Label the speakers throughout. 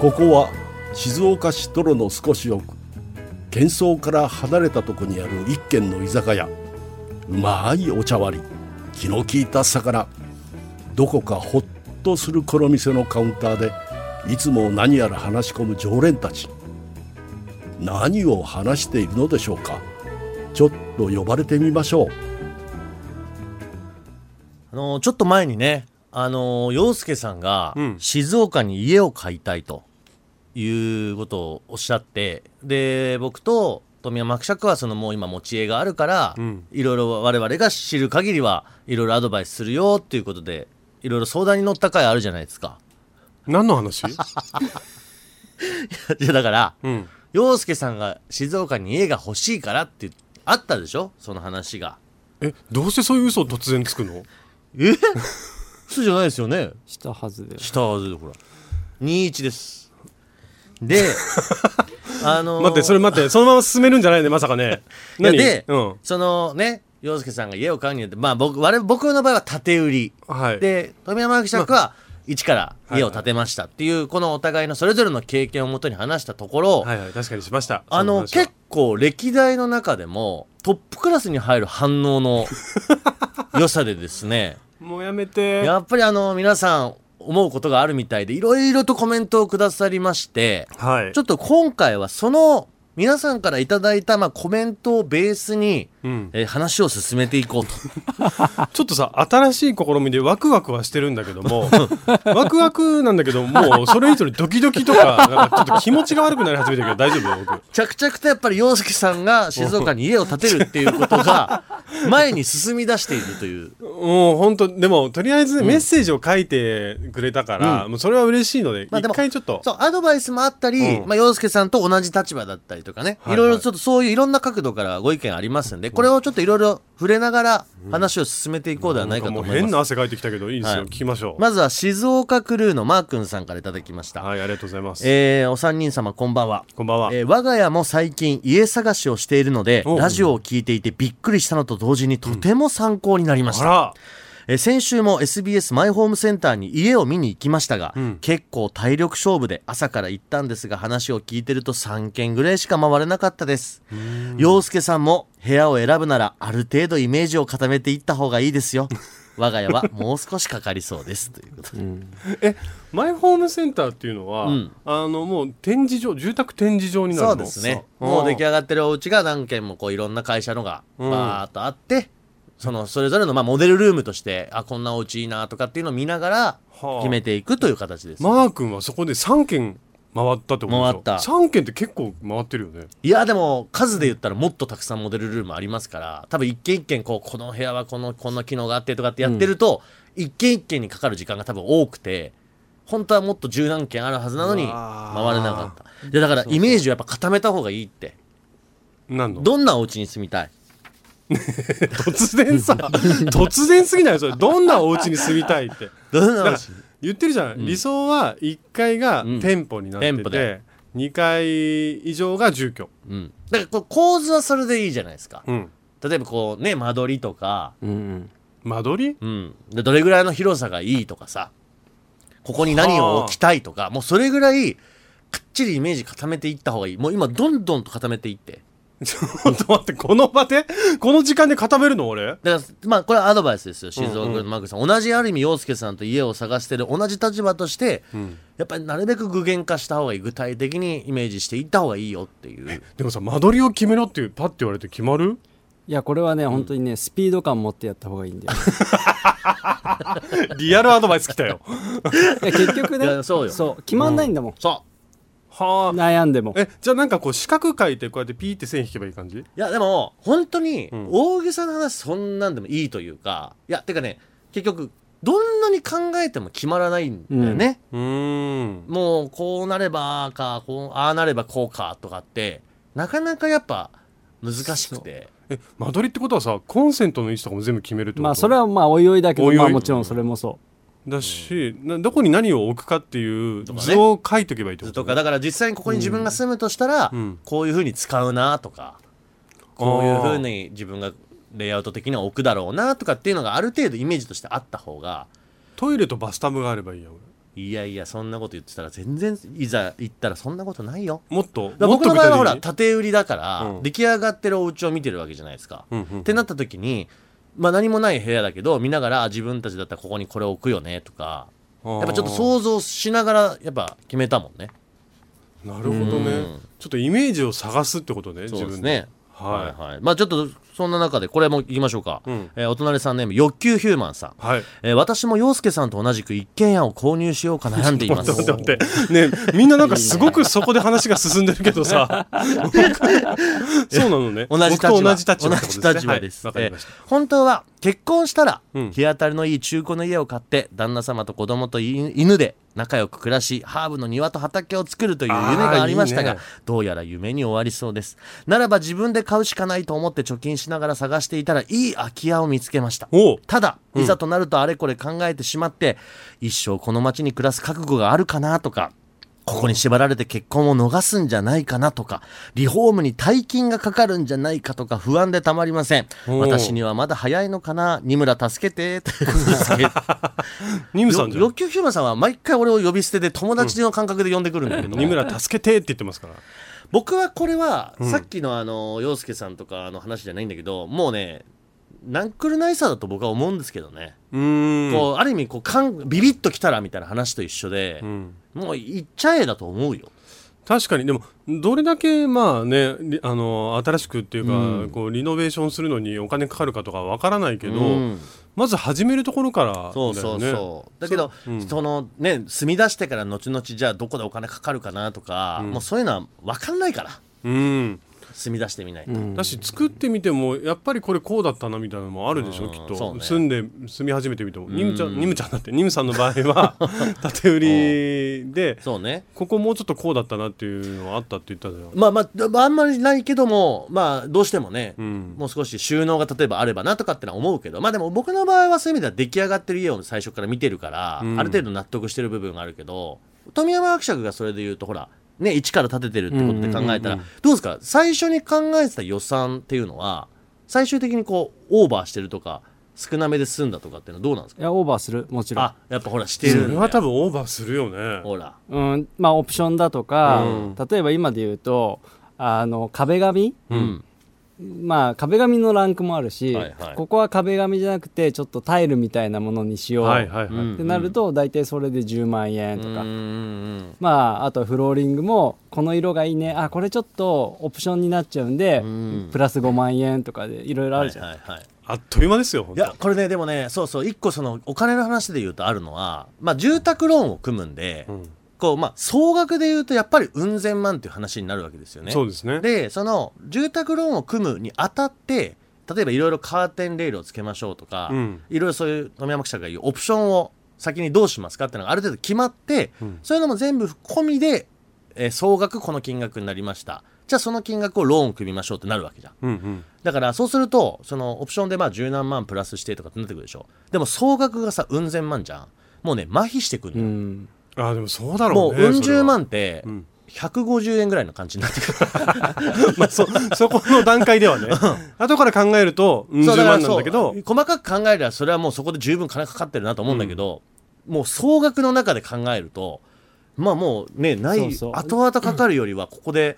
Speaker 1: ここは静岡市泥の少し奥喧騒から離れたとこにある一軒の居酒屋うまいお茶割り気の利いた魚どこかほっとするこの店のカウンターでいつも何やら話し込む常連たち何を話しているのでしょうかちょっと呼ばれてみましょう
Speaker 2: あのーちょっと前にね、あのー洋介さんが
Speaker 3: うん
Speaker 2: 静岡に家を買いたいということをおっしゃって、で、僕と富山伯爵はそのもう今持ち家があるから、
Speaker 3: うん
Speaker 2: いろいろ我々が知る限りはいろいろアドバイスするよっていうことで、いろいろ相談に乗った回あるじゃないですか。
Speaker 3: 何の話
Speaker 2: いやだから、
Speaker 3: うん
Speaker 2: 洋介さんが静岡に家が欲しいからってあったでしょその話が。
Speaker 3: えどうしてそういう嘘を突然つくの
Speaker 2: え 嘘じゃないですよね。
Speaker 4: したはずで
Speaker 2: 下は出てこない21です であのー
Speaker 3: 待ってそれ待ってそのまま進めるんじゃないねまさかね
Speaker 2: いやで、
Speaker 3: うん
Speaker 2: そのね洋介さんが家を買うにあたってまあ僕我々僕の場合は建て売り
Speaker 3: はい
Speaker 2: で富山伯爵は一から家を建てましたっていうこのお互いのそれぞれの経験をもとに話したところ、
Speaker 3: はいはい確かにしました
Speaker 2: あの
Speaker 3: そ話は
Speaker 2: 結構歴代の中でもトップクラスに入る反応 の良さでですね
Speaker 3: もうやめ て
Speaker 2: やっぱりあの皆さん思うことがあるみたいでいろいろとコメントをくださりまして
Speaker 3: はい
Speaker 2: ちょっと今回はその皆さんからいただいたまあコメントをベースに、
Speaker 3: うん
Speaker 2: えー話を進めていこうと。
Speaker 3: ちょっとさ新しい試みでワクワクはしてるんだけど もワクワクなんだけどもうそれ以上にドキドキとかなんかちょっと気持ちが悪くなり始めてるけど大丈夫僕
Speaker 2: 着々とやっぱり洋介さんが静岡に家を建てるっていうこと が前に進み出しているという。
Speaker 3: もう本当でもとりあえずメッセージを書いてくれたから、もうそれは嬉しいので、
Speaker 2: まあで
Speaker 3: 一
Speaker 2: も
Speaker 3: 回ちょっと
Speaker 2: そう、アドバイスもあったり、
Speaker 3: うん
Speaker 2: まあ、洋介さんと同じ立場だったりとかね、
Speaker 3: はいはい
Speaker 2: いろいろちょっとそういういろんな角度からご意見ありますんで、これをちょっといろいろ触れながら話を進めていこうではないかと思い
Speaker 3: も
Speaker 2: ま
Speaker 3: う
Speaker 2: す。
Speaker 3: 変な汗かいてきたけどいいですよ、
Speaker 2: はい
Speaker 3: 聞きましょう、
Speaker 2: まずは静岡クルーのマー君さんからいただきました。
Speaker 3: はいありがとうございます、
Speaker 2: えーお三人様こんばんは。
Speaker 3: こんばんは、
Speaker 2: えー我が家も最近家探しをしているので
Speaker 3: おう
Speaker 2: ラジオを聞いていてびっくりしたのと同時にとても参考になりまし
Speaker 3: あ
Speaker 2: た、
Speaker 3: ら
Speaker 2: えー先週も SBS マイホームセンターに家を見に行きましたが、
Speaker 3: ん
Speaker 2: 結構体力勝負で朝から行ったんですが話を聞いてると3軒ぐらいしか回れなかったです洋介さんも部屋を選ぶならある程度イメージを固めていった方がいいですよ 我が家はもう少しかかりそうですということで、
Speaker 3: えマイホームセンターっていうのは、
Speaker 2: うん
Speaker 3: あのもう展示場住宅展示場になる
Speaker 2: そ
Speaker 3: の
Speaker 2: うですねもう出来上がってるお家が何軒もこういろんな会社のが
Speaker 3: うん
Speaker 2: バーっとあって、そのそれぞれのまあモデルルームとしてあこんなお家いいなとかっていうのを見ながら
Speaker 3: はあ
Speaker 2: 決めていくという形です、
Speaker 3: マー君はそこで3軒回ったってことでしょ
Speaker 2: 回った
Speaker 3: 3軒って結構回ってるよね
Speaker 2: いやでも数で言ったらもっとたくさんモデルルームありますから多分一軒一軒こうこの部屋はこのこんな機能があってとかってやってると、一軒一軒にかかる時間が多分多くて本当はもっと十何軒あるはずなのに
Speaker 3: う
Speaker 2: 回
Speaker 3: わー
Speaker 2: れなかったいやだからイメージをやっぱ固めた方がいいって
Speaker 3: 何の
Speaker 2: どんなお家に住みたい
Speaker 3: 突然さ 突然すぎないそれどんなお家に住みたい って
Speaker 2: どんなお
Speaker 3: だから
Speaker 2: 家
Speaker 3: 言ってるじゃん、理想は1階が
Speaker 2: うん
Speaker 3: 店舗になって
Speaker 2: 店舗
Speaker 3: て
Speaker 2: で、
Speaker 3: 2階以上が住居、
Speaker 2: うん、だからこう構図はそれでいいじゃないですか
Speaker 3: うん、
Speaker 2: 例えばこうね間取りとか、
Speaker 4: うんうん
Speaker 3: 間取り
Speaker 2: うん、でどれぐらいの広さがいいとかさここに何を置きたいとかもうそれぐらいかっちりイメージ固めていった方がいいもう今どんどんと固めていって
Speaker 3: ちょっと待ってこの場で この時間で固めるの俺
Speaker 2: だからまあこれはアドバイスですよ静岡のマークさん、同じある意味洋介さんと家を探してる同じ立場として、やっぱりなるべく具現化した方がいい具体的にイメージしていった方がいいよっていう
Speaker 3: でもさ間取りを決めろっていうパッて言われて決まる
Speaker 4: いやこれはね本当にねスピード感持ってやった方がいいんだよ
Speaker 3: リアルアドバイス来たよ
Speaker 4: いや結局
Speaker 2: いや
Speaker 4: ね
Speaker 2: そうよ
Speaker 4: そう決まんないんだもん
Speaker 2: そ
Speaker 3: はあ
Speaker 4: 悩んでも
Speaker 3: えじゃあなんかこう四角書いてこうやってピーって線引けばいい感じ
Speaker 2: ういやでも本当に
Speaker 3: ん
Speaker 2: 大げさな話そんなんでもいいというか、いやてかね結局どんなに考えても決まらないんだよね、
Speaker 3: うーん
Speaker 2: もうこうなればああかこうああなればこうかとかってなかなかやっぱ難しくて
Speaker 3: え間取りってことはさコンセントの位置とかも全部決めるってこと
Speaker 4: まあそれはまあおいおいだけど
Speaker 3: おいおい
Speaker 4: まあもちろんそれもそ
Speaker 3: だし、などこに何を置くかっていう
Speaker 2: とかね
Speaker 3: 図を書いとけばいいってこと
Speaker 2: とかだから実際にここに自分が住むとしたら、
Speaker 3: うん
Speaker 2: こういうふうに使うなとかこういうふうに自分がレイアウト的には置くだろうなとかっていうのがある程度イメージとしてあった方が
Speaker 3: トイレとバスタブがあればいいや俺
Speaker 2: いやいやそんなこと言ってたら全然いざ行ったらそんなことないよ
Speaker 3: もっ
Speaker 2: だ
Speaker 3: と
Speaker 2: から僕の場合はほら
Speaker 3: もっと具体
Speaker 2: 縦売りだから、
Speaker 3: うん
Speaker 2: 出来上がってるお家を見てるわけじゃないですか、
Speaker 3: 的にうんうん
Speaker 2: ってなった時に、まあ、何もない部屋だけど見ながらあ自分たちだったらここにこれ置くよねとかやっぱちょっと想像しながらやっぱ決めたもんね
Speaker 3: なるほど
Speaker 2: う
Speaker 3: ねちょっとイメージを探すってことね自
Speaker 2: そう
Speaker 3: 分
Speaker 2: ですねは
Speaker 3: はい
Speaker 2: はい、まあちょっとそんな中でこれもいきましょうか、
Speaker 3: うん
Speaker 2: えーお隣さんネーム欲求ヒューマンさん、
Speaker 3: はい
Speaker 2: えー私も陽介さんと同じく一軒家を購入しようか悩んでいます
Speaker 3: 待って待って待ってねみんななんかすごくそこで話が進んでるけどさ そうなのね
Speaker 2: 同じ立場
Speaker 3: 僕と同じ立場ってこ
Speaker 2: 同
Speaker 3: と
Speaker 2: じ
Speaker 3: ね
Speaker 2: 立場です、
Speaker 3: はいわかりました
Speaker 2: えー本当は結婚したら、
Speaker 3: うん
Speaker 2: 日当たりのいい中古の家を買って旦那様と子供とい犬で仲良く暮らしハーブの庭と畑を作るという夢がありましたが
Speaker 3: あーいいね
Speaker 2: どうやら夢に終わりそうですならば自分で買うしかないと思って貯金しながら探していたらいい空き家を見つけました
Speaker 3: おう
Speaker 2: ただいざとなるとあれこれ考えてしまって、一生この町に暮らす覚悟があるかなとかここに縛られて結婚を逃すんじゃないかなとかリフォームに大金がかかるんじゃないかとか不安でたまりません
Speaker 3: おー
Speaker 2: 私にはまだ早いのかな二村助け てということですけど
Speaker 3: ニムさんじゃん
Speaker 2: 欲求ヒューマンさんは毎回俺を呼び捨てで友達の感覚で呼んでくるんだけど、
Speaker 3: 二村助けてって言ってますから
Speaker 2: 僕はこれは、さっきのあの陽介さんとかの話じゃないんだけどもうねなんくるないさだと僕は思うんですけどね
Speaker 3: うーん
Speaker 2: こうある意味こうかんビビッときたらみたいな話と一緒で、
Speaker 3: うん
Speaker 2: もう行っちゃえだと思うよ
Speaker 3: 確かにでもどれだけまあねリあの新しくっていうか、
Speaker 2: うん
Speaker 3: こうリノベーションするのにお金かかるかとかわからないけど、
Speaker 2: うん
Speaker 3: まず始めるところからだよ、ね、
Speaker 2: そうそうそうだけど
Speaker 3: うん
Speaker 2: そのね住み出してから後々じゃあどこでお金かかるかなとか、
Speaker 3: うん
Speaker 2: もうそういうのは分かんないから
Speaker 3: うん
Speaker 2: 住み出してみないと、
Speaker 4: うん
Speaker 3: だし作ってみてもやっぱりこれこうだったなみたいなのもあるでしょ、
Speaker 2: うん
Speaker 3: きっと、
Speaker 2: そうね
Speaker 3: 住んで住み始めてみてもニムちゃ
Speaker 2: うんん
Speaker 3: ニムちゃんだってニムさんの場合 は 縦売りで
Speaker 2: そうね
Speaker 3: ここもうちょっとこうだったなっていうのはあったって言ったじゃん、
Speaker 2: まあまあ、まあ、あんまりないけどもまあどうしてもね、
Speaker 3: うん、
Speaker 2: もう少し収納が例えばあればなとかってのは思うけどまあでも僕の場合はそういう意味では出来上がってる家を最初から見てるから、
Speaker 3: うん
Speaker 2: ある程度納得してる部分があるけど富山伯爵がそれで言うとほらね一から建ててるってことで考えたら、
Speaker 3: うんうんうんうん
Speaker 2: どうですか最初に考えてた予算っていうのは最終的にこうオーバーしてるとか少なめで済んだとかっていうのはどうなんです
Speaker 4: い
Speaker 2: か
Speaker 4: やオーバーするもちろん
Speaker 2: あやっぱほらしてるんだ
Speaker 3: それは多
Speaker 2: 分
Speaker 3: 分オーバーするよね
Speaker 2: ほら
Speaker 4: うんまあオプションだとか、
Speaker 3: うん
Speaker 4: 例えば今で言うとあの壁紙
Speaker 2: うん
Speaker 4: まあ壁紙のランクもあるし、
Speaker 2: はいはい
Speaker 4: ここは壁紙じゃなくてちょっとタイルみたいなものにしよう、
Speaker 3: はいはいはい、
Speaker 2: うん
Speaker 4: ってなると大体それで10万円
Speaker 2: う
Speaker 4: と
Speaker 2: ん
Speaker 4: か、
Speaker 2: うん
Speaker 4: まあ、あとはフローリングもこの色がいいねあこれちょっとオプションになっちゃうんで、
Speaker 2: うん
Speaker 4: プラス5万円とかでいろいろあるじゃん、
Speaker 2: はいはいはい
Speaker 3: あっという間ですよ本
Speaker 2: い
Speaker 3: 当
Speaker 2: やこれねでもねそうそう一個そのお金の話で言うとあるのは、まあ、住宅ローンを組むんで、
Speaker 3: うん
Speaker 2: こうまあ、総額で言うとやっぱりうん千万っていう話になるわけですよね。
Speaker 3: そうですね
Speaker 2: でその住宅ローンを組むにあたって例えばいろいろカーテンレールをつけましょうとか、
Speaker 3: うん
Speaker 2: いろいろそういう富山記者が言うオプションを先にどうしますかっていうのがある程度決まって、
Speaker 3: うん
Speaker 2: そういうのも全部込みで、えー総額この金額になりましたじゃあその金額をローン組みましょうってなるわけじゃん。
Speaker 3: うんうん
Speaker 2: だからそうするとそのオプションでまあ十何万プラスしてとかってなってくるでしょでも総額がさうん千万じゃんもうね麻痺してくる
Speaker 4: う
Speaker 2: のよ、
Speaker 4: ん
Speaker 3: あーでもそうだろ
Speaker 2: も
Speaker 3: う
Speaker 2: う
Speaker 3: ね
Speaker 2: うん
Speaker 3: それ
Speaker 2: 十
Speaker 3: は
Speaker 2: 万って
Speaker 3: うん
Speaker 2: 150円ぐらいの感じになってくる
Speaker 3: まあ、そそ この段階ではね後から考えるとうん十
Speaker 2: そう
Speaker 3: 万
Speaker 2: から
Speaker 3: なんだけど
Speaker 2: そう細かく考えればそれはもうそこで十分金かかってるなと思うんだけど、もう総額の中で考えるとまあもうねない
Speaker 4: そうそう
Speaker 2: 後々かかるよりはここで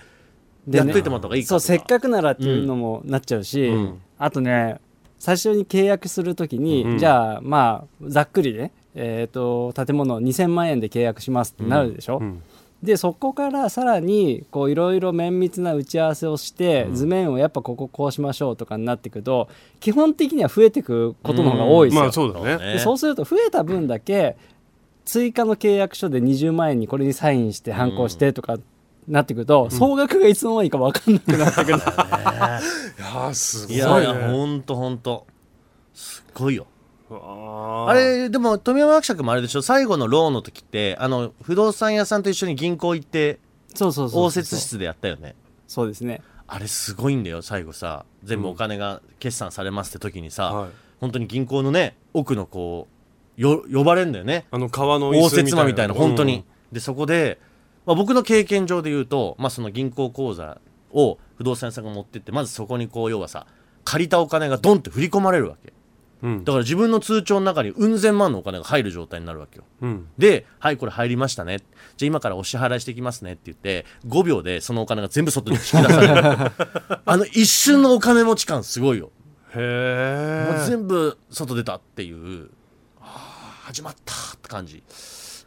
Speaker 4: で
Speaker 2: や
Speaker 4: ね
Speaker 2: っといてもらった方がいいか
Speaker 4: そう
Speaker 2: とか
Speaker 4: せっかくならっていうのもなっちゃうし、
Speaker 2: うんうん
Speaker 4: あとね最初に契約するときに、
Speaker 3: うん
Speaker 4: じゃあまあざっくりねえー、と建物を2000万円で契約しますってなるでしょ、
Speaker 3: うん
Speaker 4: でそこからさらにこういろいろ綿密な打ち合わせをして、図面をやっぱこここうしましょうとかになっていくと基本的には増えていくことの方が多いですよ、
Speaker 3: まあそうだね
Speaker 2: ね
Speaker 4: でそうすると増えた分だけ追加の契約書で20万円にこれにサインして反抗してとかなってくると、総額がいつの間にか分かんなくなってく
Speaker 3: い
Speaker 4: る、
Speaker 3: やーすごい
Speaker 2: い
Speaker 3: ね
Speaker 2: やいやほんとほんとすっごいよ
Speaker 3: あー
Speaker 2: あれでも富山伯爵もあれでしょ最後のローンの時ってあの不動産屋さんと一緒に銀行行って
Speaker 4: そうそうそうそう
Speaker 2: 応接室でやったよね
Speaker 4: そうですね
Speaker 2: あれすごいんだよ最後さ全部お金が決算されますって時にさ、
Speaker 3: はい
Speaker 2: 本当に銀行のね奥のこうよ呼ばれるんだよね
Speaker 3: あの川の
Speaker 2: 応接間みたいな本当
Speaker 3: う
Speaker 2: に
Speaker 3: ん、
Speaker 2: でそこで、まあ、僕の経験上で言うと、まあ、その銀行口座を不動産屋さんが持ってってまずそこにこう要はさ借りたお金がドンって振り込まれるわけ
Speaker 3: うん
Speaker 2: だから自分の通帳の中にうん千万のお金が入る状態になるわけよ
Speaker 3: うん
Speaker 2: で「はいこれ入りましたね」じゃあ今からお支払いしてきますねって言って5秒でそのお金が全部外に引き出される あの一瞬のお金持ち感すごいよ
Speaker 3: へえ
Speaker 2: もう全部外出たっていうあー始まったって感じ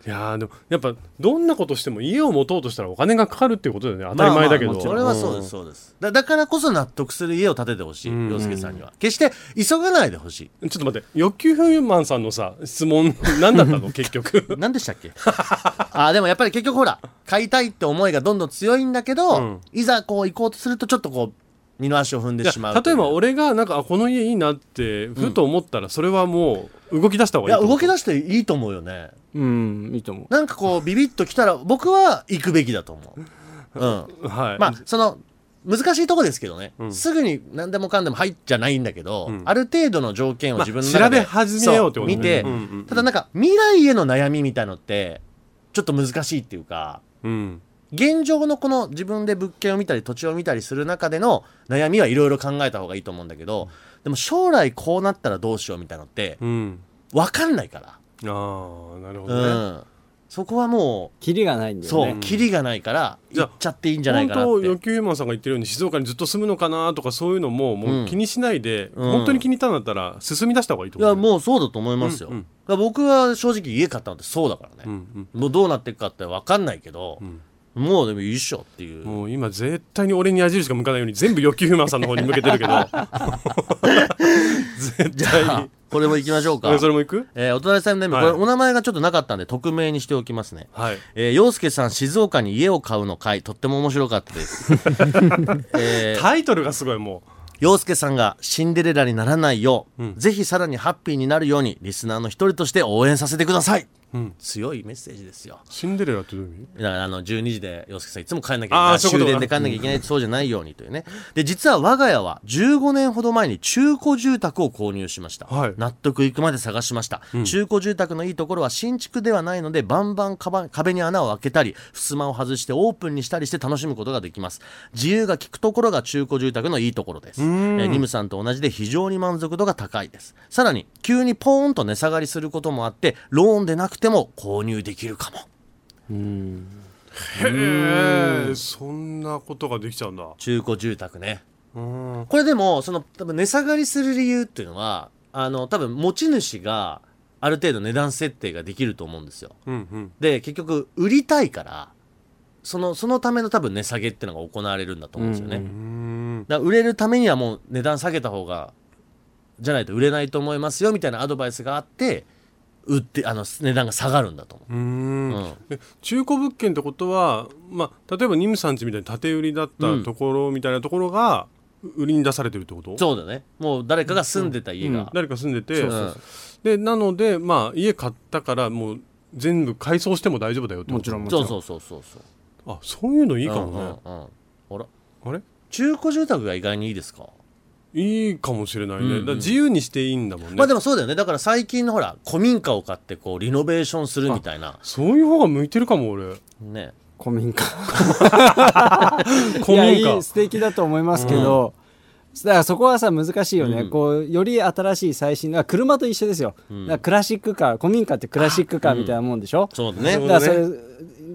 Speaker 3: いやーでもやっぱどんなことしても家を持とうとしたらお金がかかるっていうことだよね当たり前だけど、
Speaker 2: まあまあまあそれはそうですそうですだだからこそ納得する家を建ててほしい
Speaker 3: うん
Speaker 2: 洋介さんには決して急がないでほし
Speaker 3: うんちょっと待って欲求不満さんのさ質問何だった の結局
Speaker 2: い何でしたっけ あーでもやっぱり結局ほら買いたいって思いがどんどん強いんだけど、
Speaker 3: うん
Speaker 2: いざこう行こうとするとちょっとこう二の足を踏ん
Speaker 3: い
Speaker 2: で
Speaker 3: や
Speaker 2: しまうと
Speaker 3: 例
Speaker 2: い
Speaker 3: え
Speaker 2: う
Speaker 3: ば俺がなんかあこの家いいなってふと思ったらそれはもう動き出した方
Speaker 2: い
Speaker 3: がいい
Speaker 2: や動き
Speaker 3: だ
Speaker 2: 出していいと思うよね
Speaker 4: うんいいと思う
Speaker 2: なんかこうビビッときたら僕は行くべきだと思う、うん、
Speaker 3: はい、
Speaker 2: まあその難しいとこですけどね、
Speaker 3: うん
Speaker 2: すぐに何でもかんでも入っちゃないんだけど、
Speaker 3: うん
Speaker 2: ある程度の条件を
Speaker 3: まあ
Speaker 2: 自分の中で、
Speaker 3: 調べ始めようってことね
Speaker 2: そう見て、
Speaker 3: うんうんうん
Speaker 2: ただなんか未来への悩みみたいのってちょっと難しいっていうか
Speaker 3: うん
Speaker 2: 現状のこの自分で物件を見たり土地を見たりする中での悩みはいろいろ考えた方がいいと思うんだけどでも将来こうなったらどうしようみたいのって
Speaker 3: うん
Speaker 2: 分かんないから、
Speaker 3: ああなるほ
Speaker 2: う
Speaker 3: どね、
Speaker 2: ん、そこはもう
Speaker 4: キリがないんだよ
Speaker 2: そう、
Speaker 4: ね
Speaker 2: キリがないから、
Speaker 3: じゃ
Speaker 2: 行
Speaker 3: あ
Speaker 2: っちゃっていいんじゃないかなっ
Speaker 3: 本当
Speaker 2: て。
Speaker 3: 欲求ヒューマンさんが言ってるように静岡にずっと住むのかなとかそういうのももううん気にしないで、
Speaker 2: うん
Speaker 3: 本当に気に入ったんだったら進み出した方がいいと
Speaker 2: い
Speaker 3: 思
Speaker 2: や、
Speaker 3: うね、
Speaker 2: もうそうだと思いますよ。
Speaker 3: うんうん
Speaker 2: だから僕は正直家買ったのってそうだからね。
Speaker 3: うん
Speaker 2: もうどうなっていくかって分かんないけど
Speaker 3: う、ん
Speaker 2: もうでもいいっしょっていうう。
Speaker 3: ん、 もう今絶対に俺に矢印が向かないように全部欲求不満さんの方に向けてる けど
Speaker 2: じゃあ、これも行きましょうか
Speaker 3: え。 それもいく
Speaker 2: えーお隣さんのネーム、
Speaker 3: はい
Speaker 2: これお名前がちょっとなかったんで、匿名にしておきますね。
Speaker 3: はい
Speaker 2: えー、洋介さん、静岡に家を買うの会、とっても面白かった です。えー
Speaker 3: タイトルがすごいも
Speaker 2: 洋介さんがシンデレラにならないよう、
Speaker 3: うん
Speaker 2: ぜひさらにハッピーになるように、リスナーの一人として応援させてください。
Speaker 3: う、うん、
Speaker 2: 強いメッセージですよ。
Speaker 3: シンデレラってどういう意味
Speaker 2: だからあの12時で洋介さんいつも帰んなきゃいけ
Speaker 3: あ
Speaker 2: な
Speaker 3: ー
Speaker 2: い
Speaker 3: そういうこと
Speaker 2: 終電で帰んなきゃいけないそうじゃないようにというねで実は我が家は15年ほど前に中古住宅を購入しました、
Speaker 3: はい
Speaker 2: 納得いくまで探しました、中古住宅のいいところは新築ではないのでバンバンかば壁に穴を開けたり襖を外してオープンにしたりして楽しむことができます自由が利くところが中古住宅のいいところです、えーニムさんと同じで非常に満足度が高いですさらに急にポーンと値下がりすることもあってローンでなくても購入できるかも
Speaker 3: へえそんなことができちゃうんだ
Speaker 2: 中古住宅ね
Speaker 3: うん
Speaker 2: これでもその多分値下がりする理由っていうのはあの多分持ち主がある程度値段設定ができると思うんですよ
Speaker 3: うんうん
Speaker 2: で結局売りたいからそのそのための多分値下げっていうのが行われるんだと思うんですよね、
Speaker 4: うんう
Speaker 3: うーん
Speaker 2: だから売れるためにはもう値段下げた方がじゃないと売れないと思いますよみたいなアドバイスがあって売ってあの値段が下がるんだと思
Speaker 3: うーん
Speaker 2: う、うん、
Speaker 3: え中古物件ってことは、まあ、例えばニムさんちみたいに縦売りだったところみたいなところが売りに出されてるってこと、
Speaker 2: そうだねもう誰かが住んでた家が、
Speaker 3: 誰か住んでて
Speaker 2: そうそうそ
Speaker 3: でなので、まあ、家買ったからもう全部改装しても大丈夫だよってこと
Speaker 4: もちろんもち
Speaker 2: そ
Speaker 4: ろ
Speaker 2: うんそうそうそうそう
Speaker 3: あそういうのいいかも
Speaker 2: う
Speaker 3: ね、
Speaker 2: んうんうんあら
Speaker 3: あれ
Speaker 2: 中古住宅が意外にいいですか
Speaker 3: いいかもしれないね、
Speaker 2: うんうん
Speaker 3: だから自由にしていいんだもんね、
Speaker 2: まあでもそうだよねだから最近のほら古民家を買ってこうリノベーションするみたいな
Speaker 3: そういう方が向いてるかも俺
Speaker 2: ね
Speaker 4: 古民家
Speaker 3: 古民
Speaker 4: いやい
Speaker 3: 家
Speaker 4: い素敵だと思いますけど、だからそこはさ難しいよね、
Speaker 2: うん
Speaker 4: こうより新しい最新だから車と一緒ですよ、
Speaker 2: ん
Speaker 4: だからクラシックカー古民家ってクラシックカーみたいなもんでしょ、
Speaker 2: そうだ
Speaker 3: そ
Speaker 2: ね
Speaker 3: う
Speaker 4: だからそれ、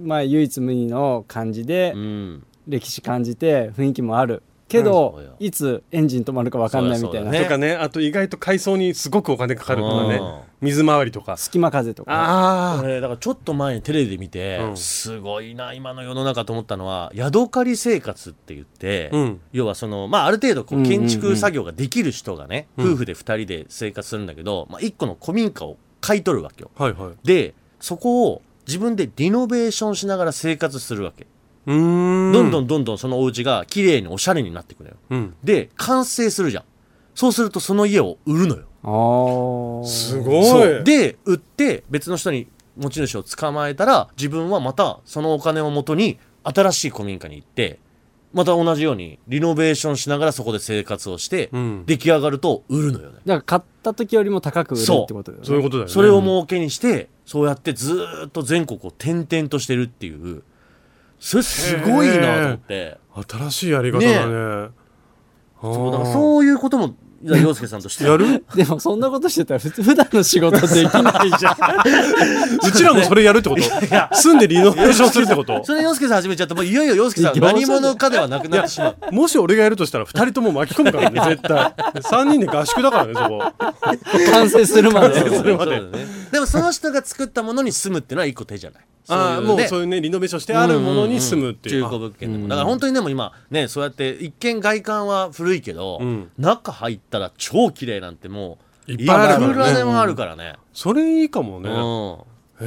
Speaker 4: まあ、唯一無二の感じで、
Speaker 2: うん
Speaker 4: 歴史感じて雰囲気もあるけど、
Speaker 2: うんそうよ
Speaker 4: いつエンジン止まるか分かんないみた
Speaker 2: そ
Speaker 4: いな、
Speaker 2: うだそうだね
Speaker 3: とかねあと意外と改装にすごくお金かかるとかね
Speaker 2: うん
Speaker 3: 水回りとか
Speaker 4: 隙間風とか
Speaker 3: あ
Speaker 2: 俺だからちょっと前にテレビで見て、
Speaker 3: うん
Speaker 2: すごいな今の世の中と思ったのは宿借り生活って言って、
Speaker 3: うん
Speaker 2: 要はその、まあ、ある程度こ
Speaker 4: う
Speaker 2: う
Speaker 4: んうんう
Speaker 2: 建
Speaker 4: ん
Speaker 2: 築作業ができる人がね、夫婦で2人で生活するんだけど、まあ、1個の古民家を買い取るわけよ
Speaker 3: あはいはい
Speaker 2: でそこを自分でリノベーションしながら生活するわけ
Speaker 3: うーん
Speaker 2: どんど
Speaker 3: ん、
Speaker 2: んどんどんそのお家が綺麗におしゃれになってくるよ
Speaker 3: うん、
Speaker 2: で完成するじゃんそうするとその家を売るのよ
Speaker 4: あー
Speaker 3: すごい
Speaker 2: そうで売って別の人に持ち主を捕まえたら自分はまたそのお金を元に新しい古民家に行ってまた同じようにリノベーションしながらそこで生活をして、
Speaker 3: うん
Speaker 2: 出来上がると売るのよね
Speaker 4: だから買った時よりも高く売るってことだよね
Speaker 3: そういうことだよね
Speaker 2: それを儲けにしてそうやってずーっと全国を転々としてるっていうそれすごいなと思って
Speaker 3: 新しいやり方だね
Speaker 2: ね
Speaker 3: ね
Speaker 2: そうだからそういうこともじゃあ洋介さんとしては
Speaker 3: やる
Speaker 4: でもそんなことしてたら普通普段の仕事できないじゃん
Speaker 3: うちらもそれやるってこと住んでリノベーションするってこと
Speaker 2: それ洋介さん始めちゃってもういよいよ洋介さん何者かではなくなってしまう
Speaker 3: もし俺がやるとしたら二人とも巻き込むからね絶対3人で合宿だからねそこ
Speaker 4: 完成するまで
Speaker 3: 成するま で
Speaker 2: そうだねでもその人が作ったものに住むっていうのは一個手じゃない
Speaker 3: ああもうそういうねリノベーションしてあるものに住むっていう,、
Speaker 2: 中古物件でもだから本当にでも今ねそうやって一見外観は古いけど、
Speaker 3: ん
Speaker 2: 中入ったら超綺麗なんてもう
Speaker 3: いっぱいあるからね
Speaker 2: いくらでもあるからね、
Speaker 3: それいいかも
Speaker 2: う
Speaker 3: ね、
Speaker 2: ん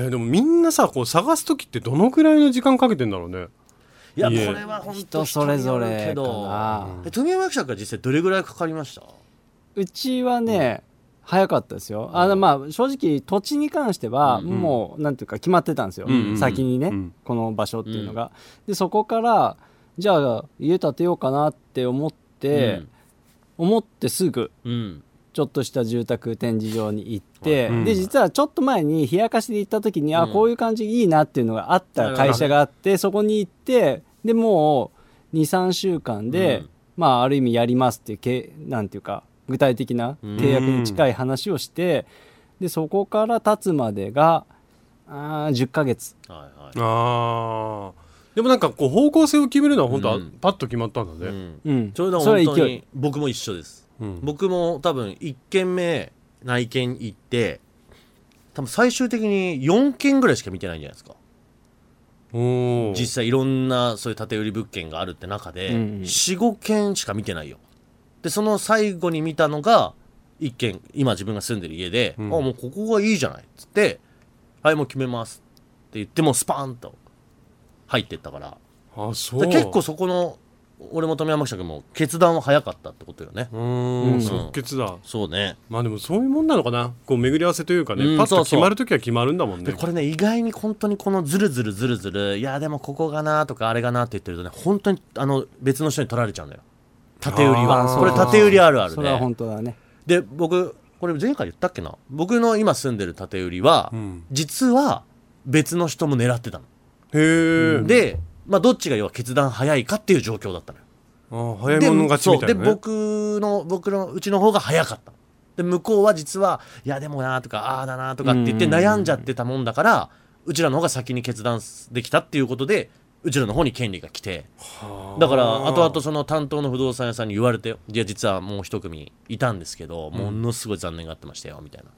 Speaker 3: えーでもみんなさこう探す時ってどのくらいの時間かけてんだろうね
Speaker 2: いや
Speaker 3: いえ
Speaker 2: これは本当
Speaker 4: 人それぞれかな、
Speaker 2: え富山役者から実際どれぐらいかかりました
Speaker 4: うちはね、早かったですよあのまあ正直土地に関してはもうなんていうか決まってたんですよ、
Speaker 3: うんうんうん
Speaker 4: 先にね、
Speaker 3: うん
Speaker 4: この場所っていうのが、でそこからじゃあ家建てようかなって思って、思ってすぐ
Speaker 2: うん、うん
Speaker 4: ちょっとした住宅展示場に行って、
Speaker 3: うん
Speaker 4: で実はちょっと前に冷やかしで行った時に、あ
Speaker 2: うん
Speaker 4: こういう感じいいなっていうのがあった会社があってそこに行ってでもう23週間で、
Speaker 2: うん
Speaker 4: まあある意味やりますっていうけなんていうか具体的な契約に近い話をして、でそこから経つまでがあー10ヶ月
Speaker 2: はいはい
Speaker 3: ああでもなんかこう方向性を決めるのは本当は
Speaker 2: うん
Speaker 3: パッと決まったんだ
Speaker 2: う
Speaker 3: ね、
Speaker 2: ん
Speaker 4: うん
Speaker 2: それでも
Speaker 4: それ
Speaker 2: 本
Speaker 4: は
Speaker 2: 当
Speaker 4: 勢い
Speaker 2: に僕も一緒です
Speaker 3: うん
Speaker 2: 僕も多分1軒目内見行って多分最終的に4軒ぐらいしか見てないんじゃないですか
Speaker 3: おー
Speaker 2: 実際いろんなそういう建て売り物件があるって中で、
Speaker 4: うんうん
Speaker 2: 45軒しか見てないよでその最後に見たのが1軒今自分が住んでる家で「
Speaker 3: うん
Speaker 2: あもうここがいいじゃない」っつって「はいもう決めます」って言ってもうスパーンと入ってったから
Speaker 3: あそう
Speaker 2: で結構そこの俺も富山記者君も決断は早かったってことよね
Speaker 3: うー
Speaker 4: うんん
Speaker 3: 即決だ
Speaker 2: そうね
Speaker 3: まあでもそういうもんなのかなこう巡り合わせというかね、
Speaker 2: うん
Speaker 3: パッ
Speaker 2: そ
Speaker 3: と
Speaker 2: うそう
Speaker 3: 決まる時は決まるんだもんね
Speaker 2: でこれね意外に本当にこのズルズルズルズルいやでもここがなとかあれがなって言ってるとね本当にあの別の人に取られちゃうんだよ縦売り
Speaker 3: あー
Speaker 2: は
Speaker 3: そう
Speaker 2: これ縦売りあるある
Speaker 4: それは
Speaker 2: で
Speaker 4: 本当だね
Speaker 2: で僕これ前回言ったっけな僕の今住んでる縦売りは、
Speaker 3: うん
Speaker 2: 実は別の人も狙ってたの、
Speaker 3: へえ、
Speaker 2: で、まあ、どっちが要は決断早いかっていう状況だったのよ
Speaker 3: あー早い者勝ちみたいな、ね、
Speaker 2: でそうで僕の僕のうちの方が早かったで向こうは実はいやでもなーとかああーだなーとかって言って
Speaker 4: うんうんうん
Speaker 2: 悩んじゃってたもんだからうちらの方が先に決断できたっていうことでうちらの方に権利が来て
Speaker 3: はー
Speaker 2: だから後々その担当の不動産屋さんに言われてよいや実はもう一組いたんですけどものすごい残念があってましたよみたいな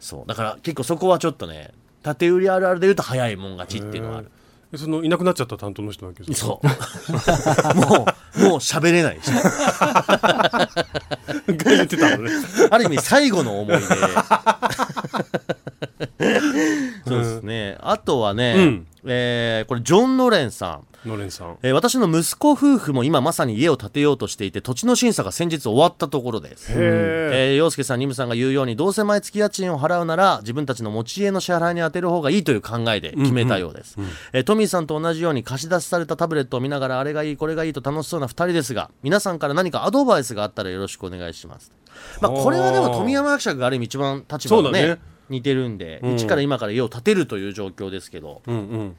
Speaker 2: そうだから結構そこはちょっとね縦売りあるあるで言うと早いもん勝ちっていうのはある
Speaker 3: えそのいなくなっちゃった担当の人だけど
Speaker 2: そうもうもう喋れないし
Speaker 3: うが言ってたのね
Speaker 2: ある意味最後の思い出そうですねあとはね、
Speaker 3: うん
Speaker 2: えーこれジョン・ノレンさん、
Speaker 3: ノレンさん
Speaker 2: えー私の息子夫婦も今まさに家を建てようとしていて土地の審査が先日終わったところです
Speaker 3: へえ
Speaker 2: えー、洋介さん、ニムさんが言うように、どうせ毎月家賃を払うなら、自分たちの持ち家の支払いに充てる方がいいという考えで決めたようです。えートミーさんと同じように貸し出しされたタブレットを見ながら、あれがいい、これがいいと楽しそうな2人ですが、皆さんから何かアドバイスがあったらよろしくお願いします。まあ、
Speaker 3: ほう
Speaker 2: これはでも富山役者がある意味一番立場が
Speaker 3: そうだ
Speaker 2: ね
Speaker 3: ね
Speaker 2: 似てるんで、
Speaker 3: うん
Speaker 2: 一から今から家を建てるという状況ですけど、
Speaker 3: うんうん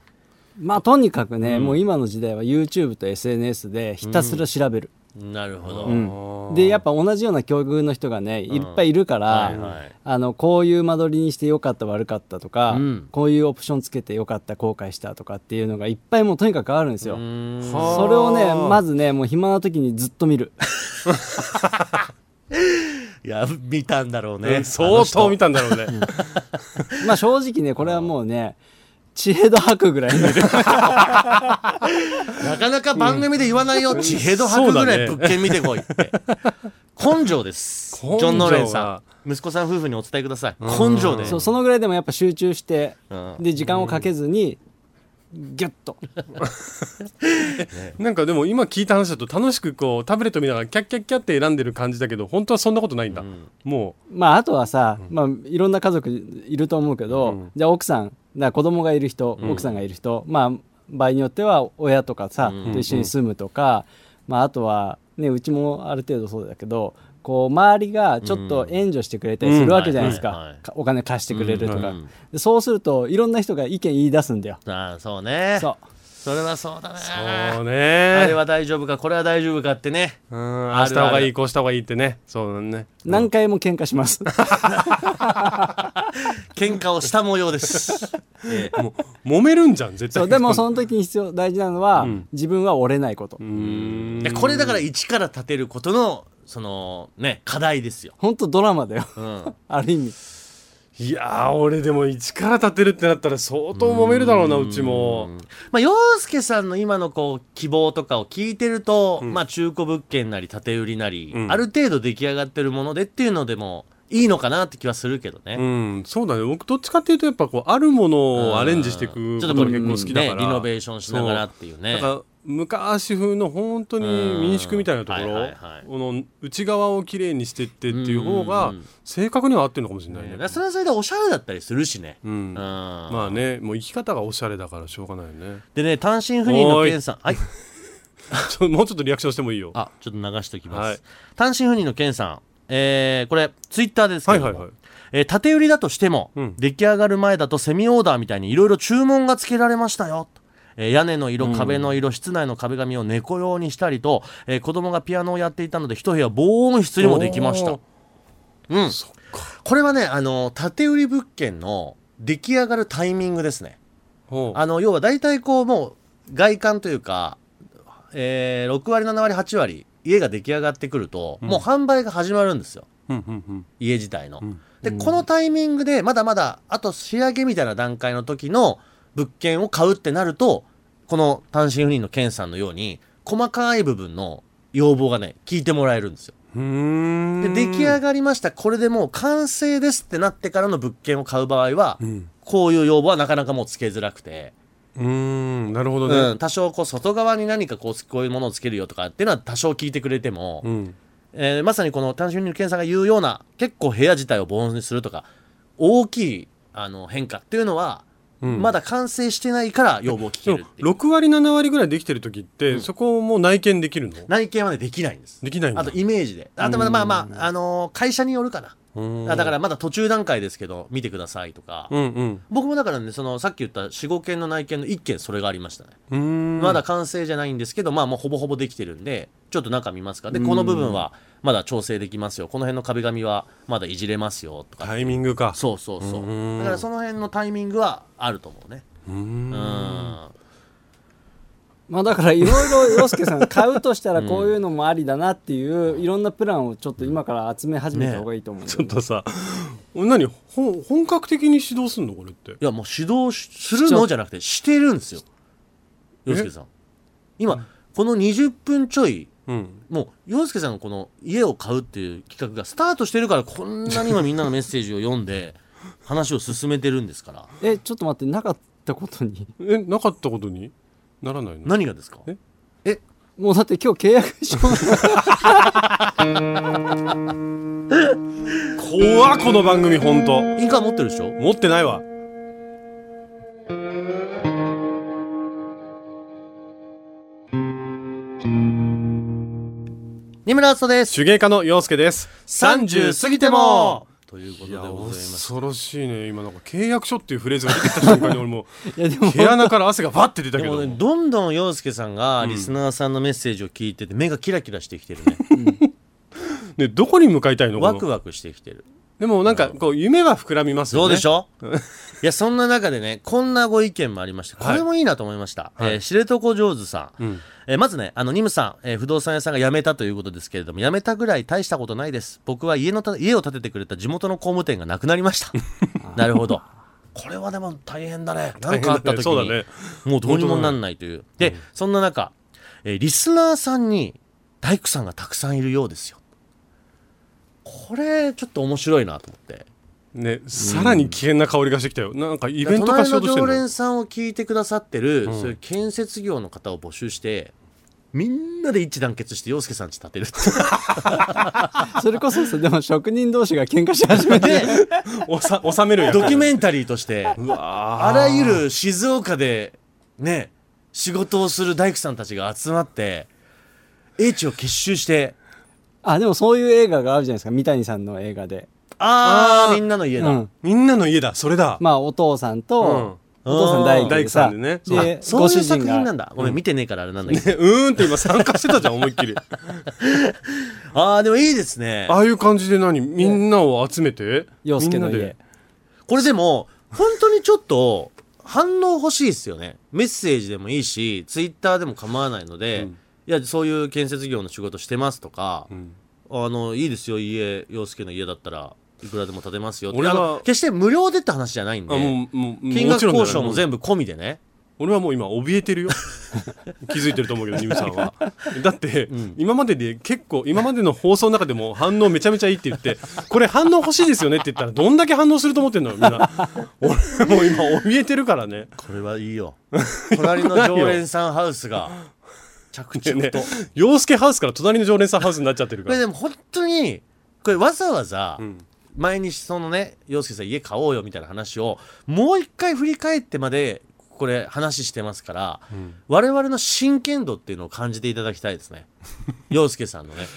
Speaker 4: まあとにかくね、もう今の時代は YouTube と SNS でひたすら調べる、
Speaker 2: なるほど。
Speaker 4: うん
Speaker 3: あー
Speaker 4: でやっぱ同じような境遇の人がねいっぱいいるから、
Speaker 2: はいはい
Speaker 4: あのこういう間取りにしてよかった悪かったとか、
Speaker 2: うん
Speaker 4: こういうオプションつけてよかった後悔したとかっていうのがいっぱいもうとにかくあるんですよ。
Speaker 2: うん
Speaker 3: はあ
Speaker 4: それをねまずねもう暇な時にずっと見る
Speaker 2: いや、見たんだろう
Speaker 3: ね
Speaker 2: ね。
Speaker 3: 相当見たんだろうね
Speaker 4: まあ正直ねこれはもうね知恵度吐くぐらい見る
Speaker 2: なかなか番組で言わないよ、地平度吐くぐらい物件見てこいって。根性です。ジ
Speaker 3: 根性
Speaker 2: ョ
Speaker 3: は
Speaker 2: ン・ノーレンさん。息子さん夫婦にお伝えください。根性で。
Speaker 4: そうそのぐらいでもやっぱ集中して
Speaker 2: うん
Speaker 4: で時間をかけずにギュッと
Speaker 3: なんかでも今聞いた話だと楽しくこうタブレット見ながらキャッキャッキャって選んでる感じだけど本当はそんなことないんだ、も
Speaker 4: まああとはさ、まあ、いろんな家族いると思うけど、じゃあ奥さんだから子供がいる人、奥さんがいる人まあ場合によっては親とかさ、と一緒に住むとか、まあ、あとは、ね、うちもある程度そうだけどこう周りがちょっと援助してくれたりするわけじゃないです
Speaker 2: うんはいはい
Speaker 4: か
Speaker 2: はい
Speaker 4: かお金貸してくれるとか、
Speaker 2: うん
Speaker 4: でそうするといろんな人が意見言い出すんだよ。
Speaker 2: ああそうね。
Speaker 4: そ
Speaker 2: それはそうだね
Speaker 3: そう
Speaker 2: あれ
Speaker 3: ね
Speaker 2: は大丈夫かこれは大丈夫かってね
Speaker 3: うんああした方がいいこうした方がいいってねそうだね
Speaker 4: 何回も喧嘩します。
Speaker 2: 喧嘩をした模様です、ええ
Speaker 3: もう揉めるんじゃん絶
Speaker 4: そ
Speaker 3: 対
Speaker 4: うでもその時に必要大事なのは、自分は折れないこと。
Speaker 3: うーん
Speaker 2: でこれだから一から立てることのそのね課題ですよ、
Speaker 4: 本当ドラマだよ。
Speaker 2: うん、
Speaker 4: ある意味。
Speaker 3: いやー俺でも一から立てるってなったら相当揉めるだろうなうちも
Speaker 2: まあ、洋介さんの今のこう希望とかを聞いてると、まあ、中古物件なり建て売りなり、
Speaker 3: うん
Speaker 2: ある程度出来上がってるものでっていうのでもいいのかなって気はするけどね。
Speaker 3: うんそうだね僕どっちかっていうとやっぱこうあるものをアレンジしてい
Speaker 2: うん
Speaker 3: く
Speaker 2: ち
Speaker 3: こ
Speaker 2: ょっと
Speaker 3: と
Speaker 2: こ
Speaker 3: が
Speaker 2: れ
Speaker 3: 結構好きだから、
Speaker 2: ね、リノベーションしながらっていうね
Speaker 3: だから昔風の本当に民宿みたいなとこ
Speaker 2: うん
Speaker 3: ろ、
Speaker 2: はいはいはい
Speaker 3: この内側をきれいにしてってっていう方
Speaker 2: う
Speaker 3: が
Speaker 2: んうんうん
Speaker 3: 正確には合ってるのかもしれない
Speaker 2: ね
Speaker 3: ね。
Speaker 2: だからそれはそれでおしゃれだったりするしね、
Speaker 3: う
Speaker 2: うんん
Speaker 3: まあねもう生き方がおしゃれだからしょうがないよね
Speaker 2: でね単身赴任のケンさんはい
Speaker 3: ちょもうちょっとリアクションしてもいいよ
Speaker 2: あちょっと流しておきます、
Speaker 3: はい
Speaker 2: 単身赴任のケンさんえーこれツイッターですけ
Speaker 3: は
Speaker 2: ど
Speaker 3: い
Speaker 2: も、
Speaker 3: はいはい
Speaker 2: えー縦売りだとしても、
Speaker 3: うん
Speaker 2: 出来上がる前だとセミオーダーみたいにいろいろ注文がつけられましたよとえー屋根の色、壁の色、室内の壁紙を猫用にしたりと、えー子供がピアノをやっていたので一部屋防音室にもできました
Speaker 3: おー
Speaker 2: うん
Speaker 3: そっか
Speaker 2: これはねあの縦売り物件の出来上がるタイミングですね
Speaker 3: ほう
Speaker 2: あの要は大体こうもう外観というか、えー6割7割8割家が出来上がってくると、もう販売が始まるんですよ
Speaker 3: うんうんうん
Speaker 2: 家自体の。
Speaker 3: ん
Speaker 2: で、このタイミングで、まだまだ、あと仕上げみたいな段階の時の物件を買うってなると、この単身赴任のケンさんのように、細かい部分の要望がね、聞いてもらえるんですよ。
Speaker 3: うーん
Speaker 2: で、出来上がりました、これでもう完成ですってなってからの物件を買う場合は、
Speaker 3: うん
Speaker 2: こういう要望はなかなかもうつけづらくて、
Speaker 3: うーんなるほど
Speaker 2: うん、
Speaker 3: ね
Speaker 2: 多少こう外側に何かこう、こういうものをつけるよとかっていうのは多少聞いてくれても、
Speaker 3: うん
Speaker 2: えーまさにこの単身赴任の検査が言うような結構部屋自体を防音にするとか大きいあの変化っていうのは、
Speaker 3: うん
Speaker 2: まだ完成してないから要望を聞け
Speaker 3: で
Speaker 2: る
Speaker 3: も
Speaker 2: っていう
Speaker 3: 6割7割ぐらいできてる時って、そこをもう内見できるの
Speaker 2: 内見はねできないんです
Speaker 3: できないんだ
Speaker 2: あとイメージであとまあまあまあ、あのー会社によるかなあだからまだ途中段階ですけど見てくださいとか、
Speaker 3: うんうん
Speaker 2: 僕もだからねそのさっき言った45件の内見の1件それがありましたね
Speaker 3: うーん
Speaker 2: まだ完成じゃないんですけど、まあもうほぼほぼできてるんで、ちょっと中見ますか。で、この部分はまだ調整できますよ。この辺の壁紙はまだいじれますよ。とか。
Speaker 3: タイミングか
Speaker 2: そうそうそうう。
Speaker 3: ん
Speaker 2: だからその辺のタイミングはあると思うね。
Speaker 3: うーん
Speaker 2: うん。
Speaker 4: まあだからいろいろ洋介さん買うとしたらこういうのもありだなっていういろんなプランをちょっと今から集め始めた方がいいと思うんだよ
Speaker 3: ちょっとさ何ほん本格的に指導すんのこれって
Speaker 2: いや、もう指導しするのじゃなくて、してるんですよ。
Speaker 3: え
Speaker 2: 洋介さん。今、この20分ちょい、
Speaker 3: うん
Speaker 2: もう洋介さんのこの家を買うっていう企画がスタートしてるからこんなに今みんなのメッセージを読んで話を進めてるんですから
Speaker 4: えちょっと待ってなかったことに
Speaker 3: えなかったことにならないの
Speaker 2: 何がですか
Speaker 3: え
Speaker 2: え
Speaker 4: もうだって今日契約書
Speaker 3: 怖っこの番組本当
Speaker 2: 印鑑持ってるでしょ
Speaker 3: 持ってないわ
Speaker 2: 二村敦です。
Speaker 3: 手芸家の陽介です
Speaker 2: というこ
Speaker 3: い
Speaker 2: とで
Speaker 3: や
Speaker 2: ございます。
Speaker 3: 恐ろしいね今なんか契約書っていうフレーズが出てきた瞬間に俺も
Speaker 4: いやでも
Speaker 3: 毛穴から汗がバッて出た
Speaker 2: で
Speaker 3: け
Speaker 2: も
Speaker 3: ど
Speaker 2: ね、どんどん洋介さんがリスナーさんのメッセージを聞いてて目がキラキラしてきてるね。
Speaker 3: ねどこに向かいたいの
Speaker 2: ワ
Speaker 3: こ
Speaker 2: ク
Speaker 3: の
Speaker 2: ワクしてきてる。
Speaker 3: でもなんかこう夢は膨らみますよ
Speaker 2: そ
Speaker 3: ね
Speaker 2: うでしょ いや、そんな中でね、こんなご意見もありまして、これもいいなと思いました。
Speaker 3: はい
Speaker 2: えー知床上手さん。
Speaker 3: うん
Speaker 2: えーまずね、あの、ニムさん、えー不動産屋さんが辞めたということですけれども、辞めたぐらい大したことないです。僕は家のた、家を建ててくれた地元の工務店がなくなりま した。なるほど。これはでも 大変だね。なんかあった時に。
Speaker 3: そうだね
Speaker 2: もうどうにもなんないという。で、そんな中、えーリスナーさんに大工さんがたくさんいるようですよ。これ、ちょっと面白いなと思って。
Speaker 3: ねさらに危険な香りがしてきたよなんかイベント化しようとして
Speaker 2: 隣の常
Speaker 3: るの
Speaker 2: 連さんを聞いてくださってる、そういう建設業の方を募集して、みんなで一致団結して、洋介さんち建てるって。
Speaker 4: それこそさでも職人同士が喧嘩し始めて
Speaker 2: で、
Speaker 3: おさ収めるやつ
Speaker 2: ドキュメンタリーとして、
Speaker 3: あ
Speaker 2: あらゆる静岡で、ね、仕事をする大工さんたちが集まって、英知を結集して、
Speaker 4: あでもそういう映画があるじゃないですか三谷さんの映画で、
Speaker 2: あー、
Speaker 3: あー
Speaker 2: みんなの家
Speaker 4: う
Speaker 2: だ。
Speaker 4: ん、
Speaker 3: みんなの家だそれだ、
Speaker 4: まあお父さんと、
Speaker 3: うん
Speaker 4: お父さん大工
Speaker 3: 大
Speaker 4: で
Speaker 3: 工さ
Speaker 4: さ
Speaker 3: んでね
Speaker 2: あ
Speaker 4: で
Speaker 2: そ
Speaker 4: ご
Speaker 2: うい
Speaker 4: 主
Speaker 2: う作
Speaker 4: 人
Speaker 2: 品な
Speaker 4: が
Speaker 2: んだごめん見てねえからあれなんだけど、
Speaker 3: ねうーんって今参加してたじゃん思いっきり
Speaker 2: ああでもいいですね
Speaker 3: ああいう感じで何みんなを集めて
Speaker 4: 洋介の
Speaker 3: みんなで
Speaker 4: 家
Speaker 2: これでも本当にちょっと反応欲しいですよねメッセージでもいいしツイッターでも構わないので、
Speaker 3: うん
Speaker 2: いやそういう建設業の仕事してますとか、
Speaker 3: うん
Speaker 2: あのいいですよ家洋介の家だったらいくらでも建てますよって
Speaker 3: 俺は
Speaker 2: あの決して無料でって話じゃないん
Speaker 3: あ
Speaker 2: で
Speaker 3: もうもう
Speaker 2: 金
Speaker 3: も
Speaker 2: 額
Speaker 3: ちろん
Speaker 2: 交
Speaker 3: だよ
Speaker 2: 渉も全部込みでね
Speaker 3: 俺はもう今怯え てるよ気づいてると思うけどニムさんはだって、今までで結構今までの放送の中でも反応めちゃめちゃいいって言ってこれ反応欲しいですよねって言ったらどんだけ反応すると思ってんのよみんな俺もう今怯えてるからね
Speaker 2: これはいいよ 隣の常連さんハウス が着
Speaker 3: で
Speaker 2: 々
Speaker 3: ね
Speaker 2: と、
Speaker 3: 洋介ハウスから隣の常連さんハウスになっちゃってる
Speaker 2: こ
Speaker 3: か
Speaker 2: れ
Speaker 3: ら
Speaker 2: でも本当にこれわざわざ、
Speaker 3: ん
Speaker 2: 前にそのね洋介さん家買おうよみたいな話をもう一回振り返ってまでこれ話してますから、我々の真剣度っていうのを感じていただきたい ですね洋介さんのね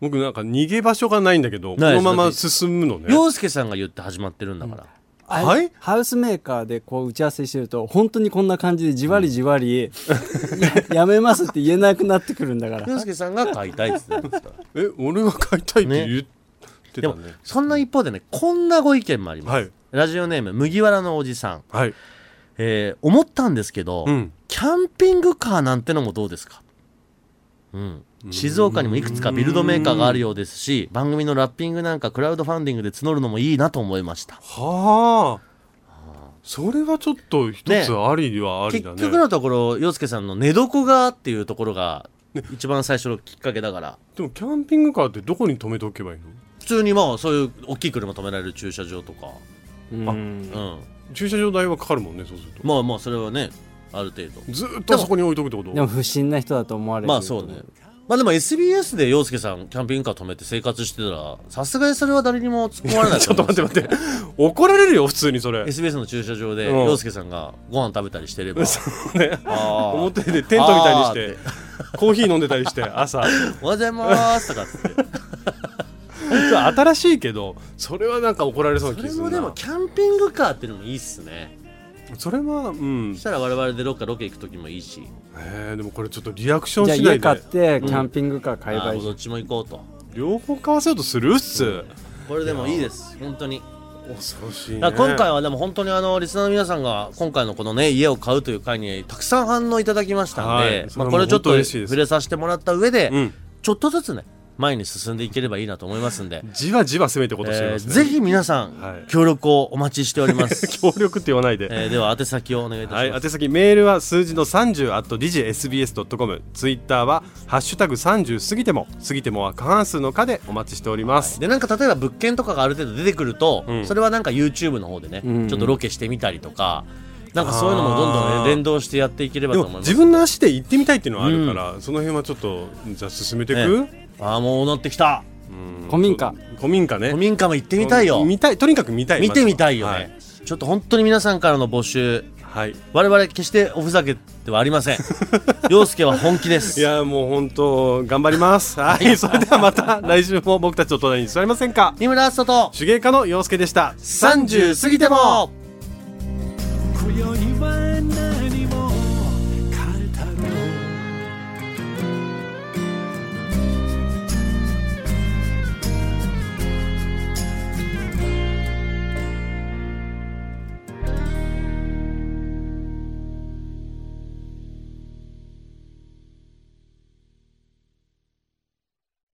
Speaker 3: 僕なんか逃げ場所がないんだけどこ
Speaker 2: ないで
Speaker 3: の
Speaker 2: す
Speaker 3: まま進むのね
Speaker 2: 洋介さんが言って始まってるんだから、
Speaker 4: あ
Speaker 3: はい
Speaker 4: ハウスメーカーでこう打ち合わせしてると本当にこんな感じでじわりじわり、ややめますって言えなくなってくるんだから
Speaker 2: 洋介さんが買いたいって言ってますから
Speaker 3: え俺が買いたいって言って
Speaker 2: で
Speaker 3: た
Speaker 2: も
Speaker 3: ね
Speaker 2: そんな一方でねこんなご意見もあります、
Speaker 3: はい
Speaker 2: ラジオネーム麦わらのおじさん、
Speaker 3: はい
Speaker 2: えー思ったんですけど、
Speaker 3: うん
Speaker 2: キャンピングカーなんてのもどうですか、うん、静岡にもいくつかビルドメーカーがあるようですし番組のラッピングなんかクラウドファンディングで募るのもいいなと思いました
Speaker 3: はあそれはちょっと一
Speaker 2: ね
Speaker 3: つありにはあり
Speaker 2: 結
Speaker 3: だね
Speaker 2: 局のところ洋介さんの寝床がっていうところが一番最初のきっかけだから
Speaker 3: でもキャンピングカーってどこに止めておけばいいの
Speaker 2: 普通にまあそういう大きい車止められる駐車場とか、
Speaker 4: うん
Speaker 2: うん、
Speaker 3: 駐車場代はかかるもんねそうすると
Speaker 2: まあまあそれはねある程度
Speaker 3: ずーっとそこに置いとくってこと
Speaker 4: でも不審な人だと思われる
Speaker 2: まあそうねまあでも SBS で洋介さんキャンピングカー止めて生活してたらさすがにそれは誰にも突っ込まれない
Speaker 3: ちょっと待
Speaker 2: て
Speaker 3: って待って怒られるよ普通にそれ
Speaker 2: SBS の駐車場で
Speaker 3: うん
Speaker 2: 洋介さんがご飯食べたりしてれば
Speaker 3: そうね
Speaker 2: あー
Speaker 3: 表でテントみたいにしてコーヒー飲んでたりして朝
Speaker 2: おはようございますとかっつって
Speaker 3: 新しいけどそれはなんか怒られそうな
Speaker 2: そ
Speaker 3: 気が
Speaker 2: れ
Speaker 3: する
Speaker 2: も
Speaker 3: な
Speaker 2: でもキャンピングカーっていうのもいいっすね
Speaker 3: それはうん
Speaker 2: そしたら我々でどっかロケ行く時もいいし
Speaker 3: えーでもこれちょっとリアクション
Speaker 4: じゃあ
Speaker 3: しな
Speaker 4: 家
Speaker 3: い
Speaker 4: 買っ
Speaker 3: で
Speaker 4: てキャンピングカー買え
Speaker 2: あ
Speaker 4: ばい
Speaker 2: ー
Speaker 4: い、
Speaker 2: どっちも行こうと
Speaker 3: 両方買わせようとするっす
Speaker 2: これでもいいです本当に
Speaker 3: 恐ろしいね
Speaker 2: だから今回はでも本当にあのリスナーの皆さんが今回のこのね家を買うという回にたくさん反応いただきましたんで、
Speaker 3: はいそ
Speaker 2: まあ、
Speaker 3: れは
Speaker 2: これちょっ
Speaker 3: もう本当
Speaker 2: と
Speaker 3: 嬉しいです
Speaker 2: 触れさせてもらった上で、
Speaker 3: うん
Speaker 2: ちょっとずつね前に進んでいければいいなと思いますん で、
Speaker 3: じわじわ攻めてことして
Speaker 2: えー
Speaker 3: ますね
Speaker 2: ぜひ皆さ
Speaker 3: は
Speaker 2: ん
Speaker 3: い
Speaker 2: 協力をお待ちしております、
Speaker 3: 協力って言わないで
Speaker 2: えーでは宛先をお願いいたします、
Speaker 3: はい、宛先メールは数字の30 at digsbs.com ツイッターは「ハッシュタグ #30 過ぎても過ぎても」は過半数の「か」でお待ちしております、
Speaker 2: でなんか例えば物件とかがある程度出てくると、
Speaker 3: うん
Speaker 2: それはなんか YouTube の方でね、
Speaker 4: んうん
Speaker 2: ちょっとロケしてみたりとかなんかそういうのもどんどん
Speaker 3: あ
Speaker 2: ね
Speaker 3: ー
Speaker 2: 連動してやっていければ
Speaker 3: で
Speaker 2: と
Speaker 3: も
Speaker 2: 思います
Speaker 3: 自分の足で行ってみたいっていうのはあるから、その辺はちょっとじゃあ進めていく、
Speaker 2: ああもう乗ってきた
Speaker 3: うん
Speaker 4: 古民家
Speaker 3: 古民家ね
Speaker 2: 古民家も行ってみたいよ
Speaker 3: 見たいとにかく見たい
Speaker 2: 見てみたいよね、
Speaker 3: まず
Speaker 2: ちょっと本当に皆さんからの募集
Speaker 3: ははい、はい
Speaker 2: 我々決しておふざけではあり ません陽介は本気です
Speaker 3: いやもう本当頑張りま すはいそれではまた来週も僕たちの隣に座りませんか
Speaker 2: 三村篤人と
Speaker 3: 手芸家の洋介でした
Speaker 2: 30過ぎても
Speaker 3: 뭐